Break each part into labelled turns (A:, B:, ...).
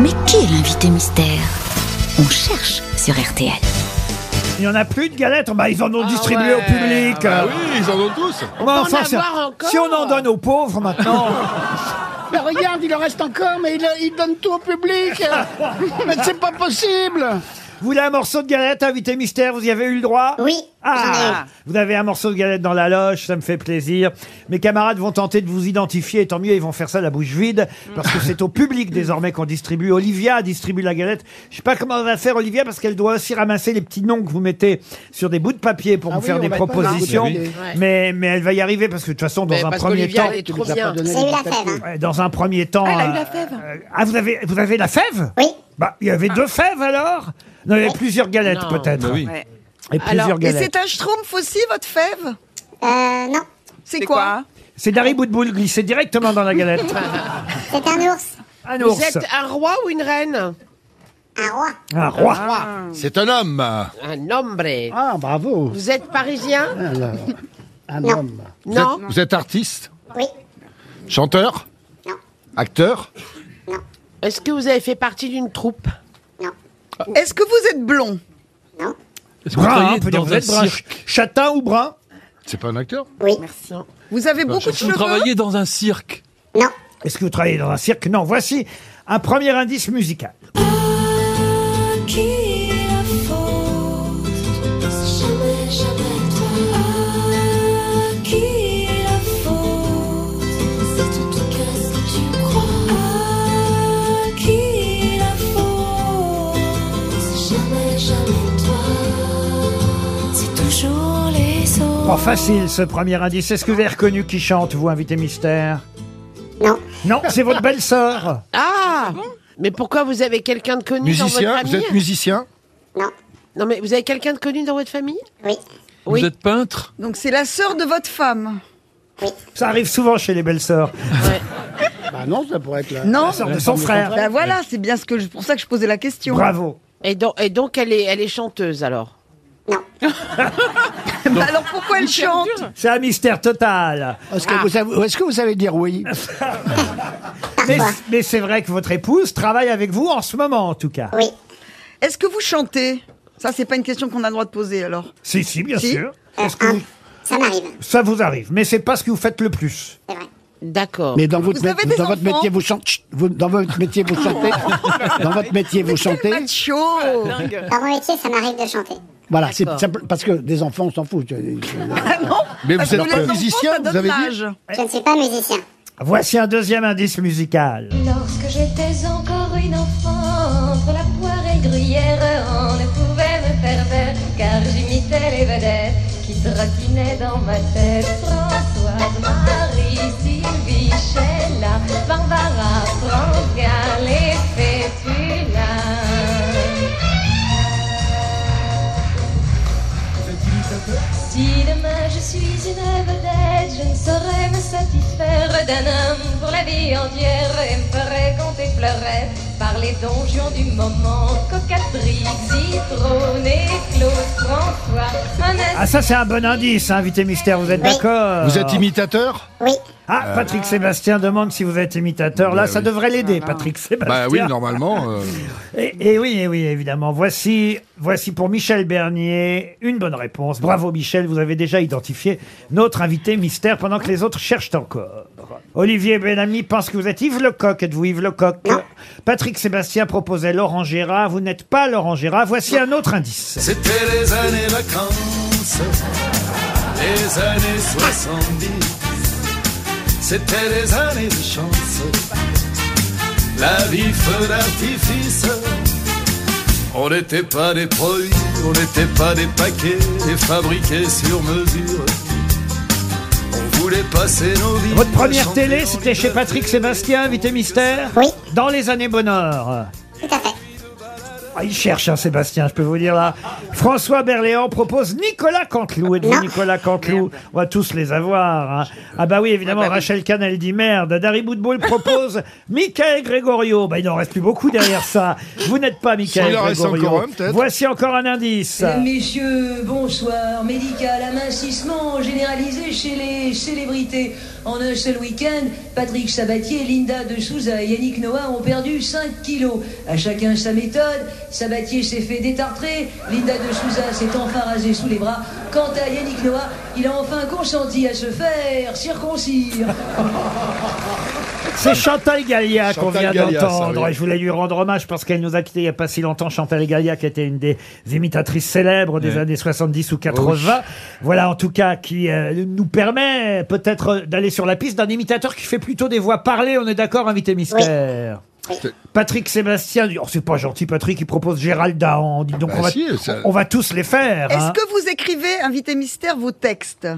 A: Mais qui est l'invité mystère On cherche sur RTL.
B: Il n'y en a plus de galettes. Bah, ils en ont distribué
C: Ah ouais. bah
B: au public.
D: Ah oui, ils en ont tous.
B: Bah,
C: peut en
B: enfin, si-
C: avoir encore.
B: si on en donne aux pauvres maintenant.
C: Mais regarde, il en reste encore, mais il, il donne tout au public. Mais c'est pas possible.
B: vous voulez un morceau de galette, invité mystère Vous y avez eu le droit
E: Oui,
B: Ah Vous avez un morceau de galette dans la loge, ça me fait plaisir. Mes camarades vont tenter de vous identifier, et tant mieux, ils vont faire ça la bouche vide, parce que c'est au public désormais qu'on distribue. Olivia distribue la galette. Je sais pas comment on va faire, Olivia, parce qu'elle doit aussi ramasser les petits noms que vous mettez sur des bouts de papier pour
C: Ah
B: vous
C: oui,
B: faire
C: on
B: des
C: va être pas mal. Ah
B: propositions.
D: Oui.
B: Mais, mais elle va y arriver, parce que de toute façon, dans un
F: parce
B: premier
F: qu'Olivia,
B: temps...
F: elle est trop
C: Tu les as
F: bien.
C: pas donnés,
E: c'est eu
C: les
E: la
C: papiers.
E: fève. hein.
B: Ouais, Dans un premier temps.
F: Elle a eu
B: euh,
F: la fève.
B: euh, ah, vous avez, vous avez la fève
E: Oui,
B: Bah, il y avait deux fèves alors Non, il y avait plusieurs galettes
F: Non.
B: peut-être.
D: Bah oui.
F: Ouais.
B: Et plusieurs
F: Alors, et
B: galettes.
F: c'est un schtroumpf aussi, votre fève
E: euh, non,
F: C'est quoi,
B: C'est Dari Boudboul glissé directement dans la galette.
E: c'est un ours,
B: Un
F: Vous
B: ours.
F: êtes un roi ou une reine
E: un roi.
B: Un roi.
F: Ah.
D: C'est un homme.
F: Un hombre.
C: Ah, bravo.
F: Vous êtes parisien
C: Alors, un
E: Non.
C: homme.
D: Vous
F: Non.
D: êtes- Vous êtes artiste,
E: Oui,
D: chanteur,
E: Non.
D: acteur.
F: Est-ce que vous avez fait partie d'une troupe
E: non,
G: Est-ce que vous êtes blond
E: non,
B: Brun, hein, on peut dire vous êtes brun. Châtain ou brun
D: C'est pas un acteur.
E: oui,
G: Vous avez
B: Bah,
G: beaucoup de
H: Vous
G: cheveux
H: travaillez dans un cirque.
E: non,
B: Est-ce que vous travaillez dans un cirque Non, voici un premier indice musical.
I: Qui la faute Jamais, jamais toi. À qui la faute C'est en tout cas ce que tu crois. À qui la faute Jamais, jamais toi. C'est toujours les autres.
B: Pas facile ce premier indice. Est-ce que vous avez reconnu qui chante, vous, invité mystère
E: non,
B: Non, c'est votre belle-sœur.
F: Ah Mais pourquoi vous avez quelqu'un de connu dans
D: Musicien.
F: votre
D: Vous
F: famille
D: êtes musicien.
E: non,
F: Non, mais vous avez quelqu'un de connu dans votre famille
E: oui,
F: Oui.
H: Vous êtes peintre.
G: Donc c'est la sœur de votre femme.
B: Ça arrive souvent chez les belles-sœurs.
C: Bah non, ça pourrait être là.
G: Non
B: La sœur de son frère. Bah,
G: Bah voilà, c'est bien ce que je- pour ça que je posais la question.
B: Bravo.
F: et, donc- et donc, elle est, elle est chanteuse alors
E: non,
G: Bah alors pourquoi elle chante
B: C'est un mystère total.
C: Est-ce que, vous savez- est-ce que vous savez dire oui
B: Mais, mais c'est vrai que votre épouse travaille avec vous en ce moment, en tout cas.
E: oui,
G: Est-ce que vous chantez Ça, c'est pas une question qu'on a le droit de poser alors.
B: Si, si, bien
G: Si.
B: sûr.
E: euh,
B: Est-ce que
E: un.
B: vous-
E: Ça m'arrive,
B: ça vous arrive, mais c'est pas ce que vous faites le plus.
E: c'est vrai.
F: D'accord.
C: Mais dans votre,
G: Vous avez
C: mét-
G: des
C: dans votre
G: enfants
C: métier, vous chantez. chut, vous- Dans votre métier, vous chantez. dans votre métier, vous chantez.
G: Macho
E: Dans mon métier, ça m'arrive de chanter.
C: Voilà, c'est simple- parce que des enfants, on s'en fout. tu vois.
G: Ah non
D: Mais
G: Parce
D: vous
G: que
D: êtes
G: les
D: pas
G: enfants,
D: musicien,
G: ça
D: vous
G: donne
D: avez dit
G: l'âge.
E: Je ne suis pas musicien.
B: Voici un deuxième indice musical.
I: Lorsque j'étais encore une enfant, entre la poire et gruyère, on ne pouvait me faire taire, car j'imitais les vedettes qui trottinaient dans ma tête. Françoise, Marie, Sylvie, Sheila, Barbara, France Gall et Pétula. Si demain je suis une vedette, je ne saurais me satisfaire d'un homme pour la vie entière et me ferais compter pleurer par les donjons du moment. Cocatrix, Citrone et Claude François. Un
B: Ah, ça, c'est un bon indice, hein, invité mystère, vous êtes
E: Oui.
B: d'accord
D: Vous êtes imitateur.
E: Oui,
B: Ah, Patrick Sébastien demande si vous êtes imitateur. Là,
D: Bah
B: ça
D: oui.
B: devrait l'aider, Patrick Sébastien.
D: Bah oui, normalement. euh,
B: Et, et oui, et oui, évidemment. Voici, voici pour Michel Bernier une bonne réponse. Bravo, Michel, vous avez déjà identifié notre invité mystère pendant que les autres cherchent encore. Olivier Benami pense que vous êtes Yves Lecoq. Êtes-vous Yves Lecoq Patrick Sébastien proposait Laurent Gérard. Vous n'êtes pas Laurent Gérard. Voici un autre indice.
J: C'était les années vacances, les années 70. C'était les années de chance, la vie feu d'artifice. On n'était pas des produits, on n'était pas des paquets, des fabriqués sur mesure. On voulait passer nos vies.
B: Votre
J: à
B: première
J: chanter
B: télé,
J: dans
B: c'était
J: les
B: chez Patrick
J: allées.
B: Sébastien, invité mystère
E: Oui.
B: Dans les années bonheur.
E: tout à fait.
B: Ah, il cherche, hein, Sébastien, je peux vous dire là. François Berléand propose Nicolas Canteloup. Êtes-vous
E: Non.
B: Nicolas Canteloup On va tous les avoir. hein. Ah bah oui, évidemment,
F: Ah bah oui.
B: Rachel Kahn, elle dit merde. Dari Boudboul propose Michael Gregorio. Bah, il n'en reste plus beaucoup derrière ça. Vous n'êtes pas Michael
D: S'il en reste
B: Gregorio.
D: encore un, peut-être.
B: Voici encore un indice.
I: Euh, Messieurs, bonsoir. Médical, amincissement généralisé chez les célébrités. En un seul week-end, Patrick Sabatier, Linda de Souza et Yannick Noah ont perdu 5 kilos. À chacun sa méthode. Sabatier s'est fait détartrer. Linda de Souza s'est enfin rasée sous les bras. Quant à Yannick Noah, il a enfin consenti à se faire circoncire.
B: C'est Chantal Gallia qu'on
D: Chantal
B: vient
D: Gallia, ça,
B: d'entendre.
D: oui.
B: Et je voulais lui rendre hommage parce qu'elle nous a quittés il n'y a pas si longtemps. Chantal Gallia, qui était une des imitatrices célèbres des
D: Ouais. Oh,
B: années 70 ou 80. Voilà, en tout cas, qui euh, nous permet peut-être euh, d'aller sur la piste d'un imitateur qui fait plutôt des voix parlées. On est d'accord, invité mystère Patrick Sébastien, oh, c'est pas gentil Patrick, il propose Gérald Dahan. Dis donc,
D: Bah
B: on, va,
D: si, ça-
B: on va tous les faire.
D: Ah.
G: Est-ce
B: hein.
G: que vous écrivez, invité mystère, vos textes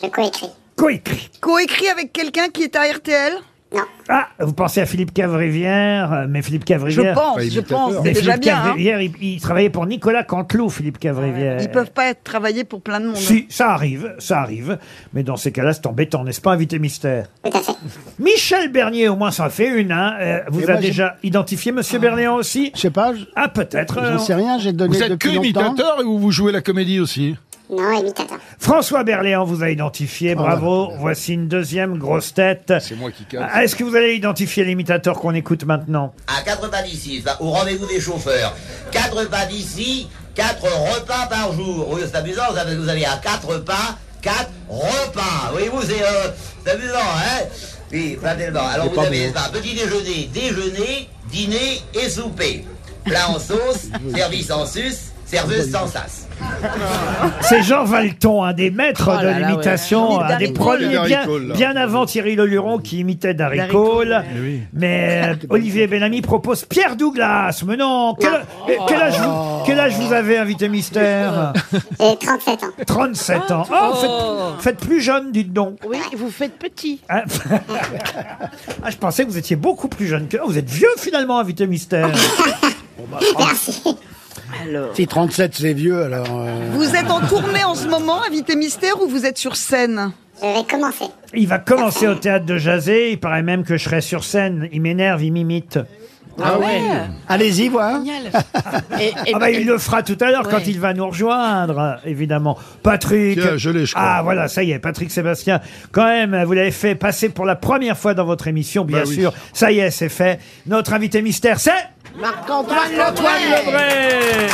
E: Je coécris.
B: Coécrit.
G: Coécrit avec quelqu'un qui est à RTL
E: Non.
B: Ah, vous pensez à Philippe Cavrivière, euh, mais Philippe
G: Je
B: Cavrivière.
G: pense,
D: Pas
G: je
D: imitateur.
G: pense.
B: Mais
G: C'est déjà
B: Philippe
G: bien. hein. Ah
B: Cavrivière, il, il travaillait pour Nicolas Canteloup, Philippe Cavrivière.
G: Ils peuvent pas être travaillés pour plein de monde. hein.
B: Si, ça arrive, ça arrive. Mais dans ces cas-là, c'est embêtant, n'est-ce pas, invité mystère
E: Tout à fait.
B: Michel Bernier, au moins, ça en fait une. Hein. Euh, vous
C: Et
B: a
C: moi, j'ai-
B: déjà identifié Monsieur Bernier aussi
C: Je sais pas, je-
B: Ah, peut-être. euh,
C: j'en sais rien, j'ai donné
D: Vous êtes que
C: depuis longtemps.
D: imitateur ou vous jouez la comédie aussi
E: Non, imitateur.
B: François Berléand vous a identifié, bravo. Voici une deuxième grosse tête.
D: Ah, C'est moi qui casse.
B: Ah, Est-ce que vous allez identifier l'imitateur qu'on écoute maintenant
H: à 86, là, au rendez-vous des chauffeurs. 86, 4 repas par jour. Oui, c'est amusant, vous avez, vous avez à 4 repas, 4 repas. Voyez-vous, c'est euh, c'est amusant, hein Oui, pas tellement. Alors vous avez ça, petit déjeuner, déjeuner, dîner et souper. Plat en sauce, service en sus, serveuse sans sas.
B: C'est Jean Valton, un des maîtres
F: Oh
B: de
F: là là,
B: l'imitation,
G: ouais.
B: un des
G: Darry
B: premiers,
D: Cole.
B: bien,
D: Darry Cole, là.
B: bien avant Thierry Leluron qui imitait Darry
G: Darry
B: Cole.
G: Cole,
B: Mais euh, Olivier Bellamy propose Pierre Douglas. Mais non, quel, mais quel âge, vous, quel âge vous avez, invité mystère
E: J'ai 37 ans.
B: 37 ans. Oh, faites, faites plus jeune, dites donc.
F: Oui, vous faites petit.
B: Hein ah, je pensais que vous étiez beaucoup plus jeune que... oh, Vous êtes vieux, finalement, invité mystère.
K: Ah.
E: Merci.
F: Alors.
C: Si 37 c'est vieux, alors... euh,
G: Vous êtes en tournée en ce moment, invité mystère, ou vous êtes sur scène
E: Je vais commencer.
B: Il va commencer au théâtre de Jazé. Il paraît même que je serai sur scène. Il m'énerve, il m'imite.
F: Ah ouais.
C: Allez-y, voilà.
F: Et, et-
B: Ah bah,
F: et-
B: il le fera tout à l'heure quand
F: Ouais.
B: il va nous rejoindre, euh, évidemment. Patrick.
D: Tiens, je l'ai, je crois.
B: Ah voilà, ça y est, Patrick Sébastien. Quand même, vous l'avez fait passer pour la première fois dans votre émission, bien
D: Bah oui.
B: sûr. Ça y est, c'est fait. Notre invité mystère, c'est
F: Marc-Antoine
B: Antoine Lebray.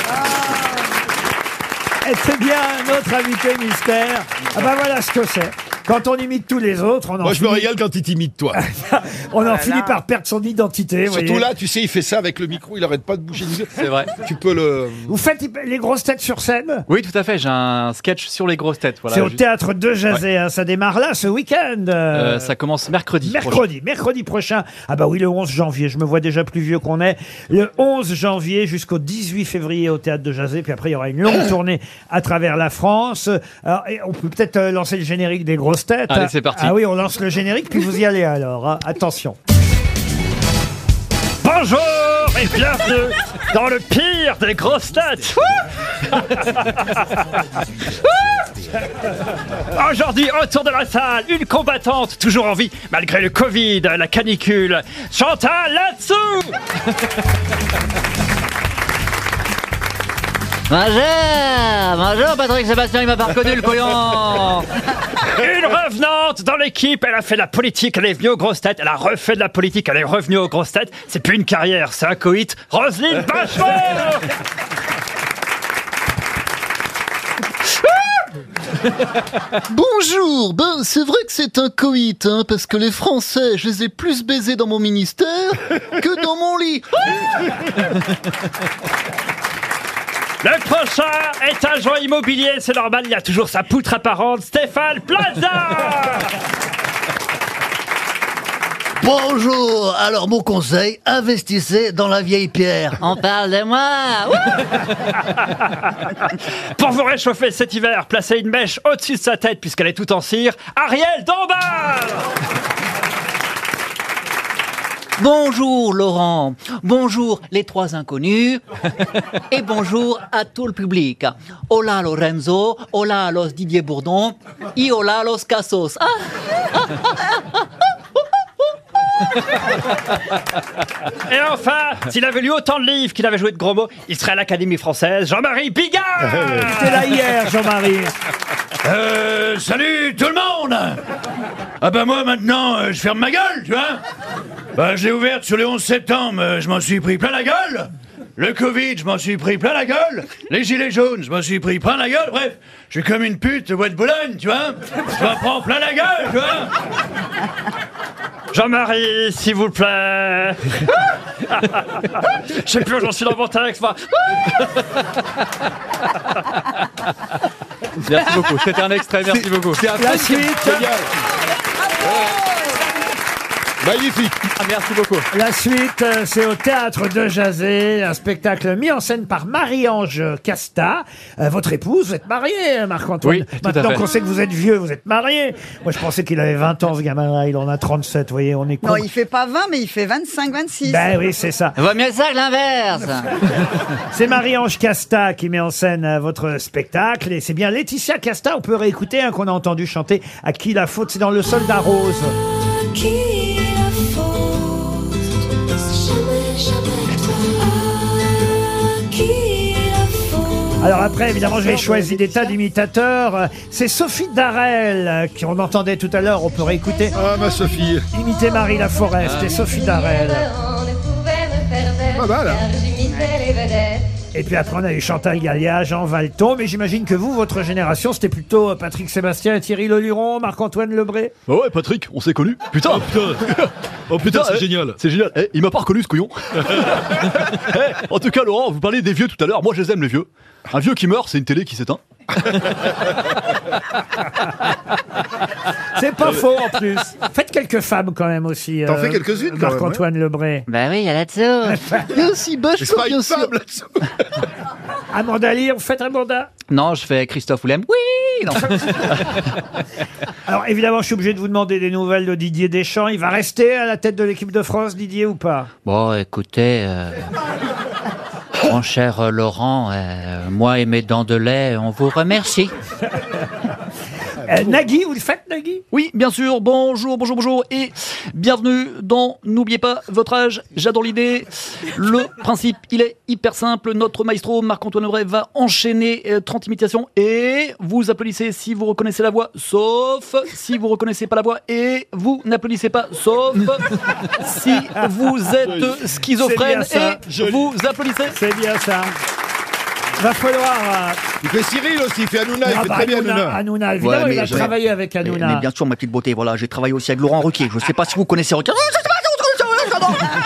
B: Et c'est bien notre invité mystère. Ah bah voilà ce que c'est. Quand on imite tous les autres, on en,
D: Moi, je me
B: finit,
D: régale quand il t'imite, toi.
F: Ah
B: on en finit par perdre son identité. vous
D: Surtout
B: voyez.
D: là, tu sais, il fait ça avec le micro, il arrête pas de bouger. C'est vrai. Tu peux le.
B: Vous faites les grosses têtes sur scène
J: Oui, tout à fait, j'ai un sketch sur les grosses têtes.
B: C'est au théâtre de Jazé, hein, ça démarre là ce week-end. euh,
J: commence mercredi.
B: Mercredi, mercredi prochain. Ah bah oui, le 11 janvier, je me vois déjà plus vieux qu'on est. Le 11 janvier jusqu'au 18 février au théâtre de Jazé, puis après il y aura une longue tournée à travers la France. Alors, et on peut peut-être euh, lancer le générique des grosses têtes.
J: Allez, c'est parti.
B: Ah oui, on lance le générique, puis vous y allez alors. hein. Attention.
J: Bonjour et bienvenue dans le pire des grosses têtes. Ah, Aujourd'hui, autour de la salle, une combattante toujours en vie malgré le Covid, la canicule, Chantal là-dessous
H: Bonjour Bonjour Patrick Sébastien, il m'a pas reconnu le couillon
J: Une revenante dans l'équipe, elle a fait de la politique, elle est venue aux grosses têtes, elle a refait de la politique, elle est revenue aux grosses têtes. C'est plus une carrière, c'est un coït. Roselyne Bachelot
H: Bonjour Ben, c'est vrai que c'est un coït, hein, parce que les Français, je les ai plus baisés dans mon ministère que dans mon lit
J: Le prochain est agent immobilier, c'est normal, il y a toujours sa poutre apparente, Stéphane Plaza
H: Bonjour Alors mon conseil, investissez dans la vieille pierre On parle de moi
J: Pour vous réchauffer cet hiver, placez une mèche au-dessus de sa tête puisqu'elle est toute en cire, Ariel Dombal
L: Bonjour Laurent, bonjour les trois inconnus et bonjour à tout le public. Hola Lorenzo, hola los Didier Bourdon y hola los Cassos. Ah,
M: Et enfin, s'il avait lu autant de livres qu'il avait joué de gros mots, il serait à l'Académie française. Jean-Marie Bigard
B: C'était là hier, Jean-Marie.
N: Euh, salut tout le monde Ah bah moi maintenant, euh, je ferme ma gueule, tu vois Bah je l'ai ouverte sur le 11 septembre, euh, je m'en suis pris plein la gueule Le Covid, je m'en suis pris plein la gueule Les gilets jaunes, je m'en suis pris plein la gueule Bref, je suis comme une pute de bois de Boulogne, tu vois Je m'en prends plein la gueule, tu vois
M: Jean-Marie, s'il vous plaît Je sais plus où j'en suis dans mon texte, moi.
K: Merci beaucoup. C'était un extrait, merci beaucoup.
M: c'est un La truc suite. génial.
B: Magnifique.
K: merci beaucoup.
B: La suite, euh, c'est au théâtre de Jazé, un spectacle mis en scène par Marie-Ange Casta. Euh, votre épouse, vous êtes mariée, hein, Marc-Antoine.
K: Oui, tout à
B: Maintenant
K: fait.
B: qu'on sait que vous êtes vieux, vous êtes marié. Moi, je pensais qu'il avait 20 ans, ce gamin-là. Il en a 37, vous voyez, on est con.
G: Non, il fait pas 20, mais il fait 25, 26.
B: Ben oui, c'est ça.
L: Vaut mieux ça que l'inverse.
B: C'est Marie-Ange Casta qui met en scène euh, votre spectacle. Et c'est bien Laetitia Casta, on peut réécouter, hein, qu'on a entendu chanter À qui la faute C'est dans Le Soldat Rose.
I: Qui la faute Jamais, jamais toi. À qui la faute
B: Alors après, évidemment, j'ai choisi des tas d'imitateurs. Euh, C'est Sophie Darel, euh, qui on entendait tout à l'heure, on peut réécouter. Ah, ma Sophie. Imiter Marie Laforest et Sophie Darel.
I: Ah, On ne pouvait me faire
B: Pas
I: perdre
B: mal, hein.
I: car j'imitais les vedettes.
B: Et puis après, on a eu Chantal Gallia, Jean Valton. Mais j'imagine que vous, votre génération, c'était plutôt euh, Patrick Sébastien, Thierry Leluron, Marc-Antoine Lebré.
K: Bah ouais, Patrick, on s'est connus. Putain Oh putain,
B: c'est
K: génial C'est génial. Eh, il m'a pas reconnu, ce couillon Eh, En tout cas, Laurent, vous parlez des vieux tout à l'heure. Moi, je les aime, les vieux. Un vieux qui meurt, c'est une télé qui s'éteint.
B: C'est pas faux en plus. Faites quelques femmes quand même aussi.
D: Euh, T'en
B: euh,
D: fais quelques-unes, quand même,
B: Marc-Antoine Lebré.
L: Ben oui, il y a là-dessous.
B: aussi,
D: Mais c'est pas une femme, là-dessous.
B: Amanda Lear, vous faites Amanda
L: Non, je fais Christophe Willem. Oui non.
B: Alors évidemment, je suis obligé de vous demander des nouvelles de Didier Deschamps. Il va rester à la tête de l'équipe de France, Didier, ou pas
L: Bon, écoutez, euh, mon cher euh, Laurent, euh, moi et mes dents de lait, on vous remercie.
B: Euh, Nagui, vous le faites, Nagui
K: Oui, bien sûr. Bonjour, bonjour, bonjour.
L: Et bienvenue dans N'oubliez pas votre âge. J'adore l'idée. Le principe, il est hyper simple. Notre maestro Marc-Antoine Aubray va enchaîner euh, 30 imitations et vous applaudissez si vous reconnaissez la voix, sauf si vous reconnaissez pas la voix et vous n'applaudissez pas, sauf si vous êtes schizophrène
B: C'est bien ça.
L: et vous applaudissez.
B: C'est bien ça. Va falloir.
L: Il fait Cyril aussi, il fait Hanouna,
B: il Ah fait bah, très bien Hanouna, Hanouna. Hanouna, évidemment, il a travaillé avec Hanouna.
L: Mais, bien sûr, ma petite beauté, voilà, j'ai travaillé aussi avec Laurent Ruquier. Je sais pas si vous connaissez Ruquier.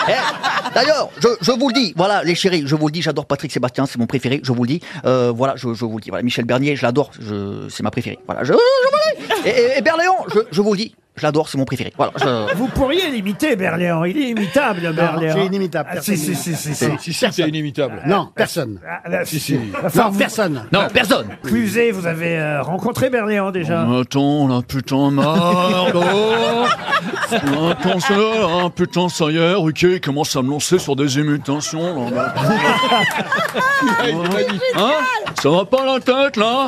L: Eh, D'ailleurs, je, je vous le dis, voilà, les chéris, je vous le dis, j'adore Patrick Sébastien, c'est mon préféré, je vous le dis. Euh, voilà, je, je vous le dis, voilà, Michel Bernier, je l'adore, je- c'est ma préférée. Voilà, je, je vous le dis. Et, et- et Berléon, je, je vous le dis, je l'adore, c'est mon préféré. Voilà, je-
B: Vous pourriez l'imiter, Berléand. Il est inimitable, Berléand.
C: c'est inimitable,
B: Ah, si, si,
C: personne
B: si, si, Ah, bah, si.
D: Si, si, c'est inimitable.
C: Non, personne.
B: Si,
D: si.
B: Enfin,
C: non, personne.
L: Non, personne.
B: Cluzet, vous avez euh, rencontré Berléand
M: Ah.
B: déjà.
K: Attends, là, putain, merde oh. Attends, ça, là, putain, ça y est, ok, il commence à me lancer sur des imitations, là, là. Hein Ça va pas la tête, là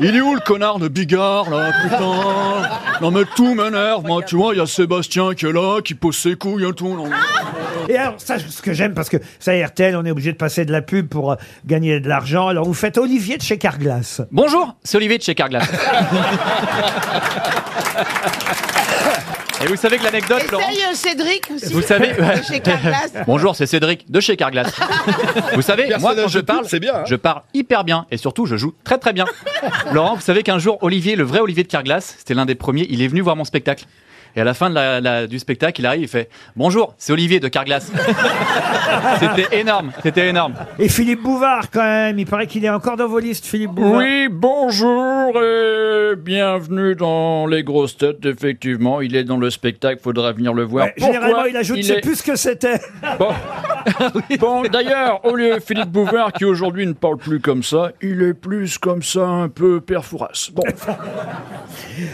K: Il est où, le connard de Bigard, là, putain Non, mais tout m'énerve, moi, tu vois, il y a Sébastien qui est là, qui pose ses couilles et tout, là.
B: Et alors, ça, ce que j'aime, parce que ça, RTL, on est obligé de passer de la pub pour euh, gagner de l'argent. Alors, vous faites Olivier de chez Carglass.
M: Bonjour, c'est Olivier de chez Carglass. Et vous savez que l'anecdote, Laurent
F: Essaye euh, Cédric aussi.
M: Vous savez
F: De chez Carglass.
M: Bonjour, c'est Cédric de chez Carglass. vous savez, moi quand je parle, c'est bien, hein. je parle hyper bien et surtout je joue très très bien. Laurent, vous savez qu'un jour Olivier, le vrai Olivier de Carglass, c'était l'un des premiers, il est venu voir mon spectacle. Et à la fin de la- la- du spectacle, il arrive, il fait Bonjour, c'est Olivier de Carglass. c'était énorme, c'était énorme.
B: Et Philippe Bouvard, quand même. Il paraît qu'il est encore dans vos listes, Philippe Bouvard.
O: Oui, bonjour et bienvenue dans les grosses têtes. Effectivement, il est dans le spectacle, faudra venir le voir.
B: Généralement,
O: Pourquoi
B: il ajoute, je sais
O: est-
B: plus ce que c'était.
O: Bon,
D: Bon, d'ailleurs, au lieu de Philippe Bouvard, qui aujourd'hui ne parle plus comme ça, il est plus comme ça, un peu perforasse. Bon.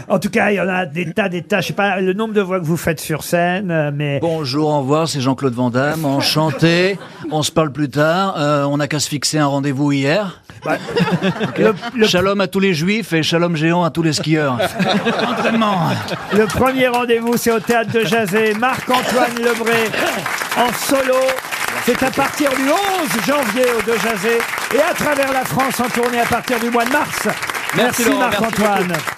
B: En tout cas, il y en a des tas, des tas. Je sais pas le nombre de voix que vous faites sur scène, euh, mais.
L: Bonjour, au revoir, c'est Jean-Claude Van Damme, enchanté. On se parle plus tard. Euh, on n'a qu'à se fixer un rendez-vous hier.
M: Bah,
L: Ok. Shalom à tous les juifs et shalom géant à tous les skieurs.
B: Entraînement. Le premier rendez-vous, c'est au théâtre de Jazé. Marc-Antoine Lebré en solo. C'est à partir du 11 janvier au De Jazé et à travers la France en tournée à partir du mois de mars.
P: Merci, Laurent, merci
B: Marc-Antoine.
P: beaucoup.